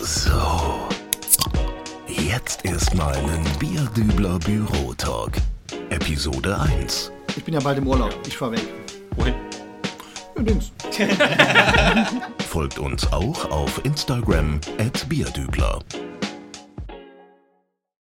So. Jetzt erstmal einen Bierdübler Bürotalk. Episode 1. Ich bin ja bald im Urlaub. Ich fahr weg. Wohin? Ja, Dings. Folgt uns auch auf Instagram at Bierdübler.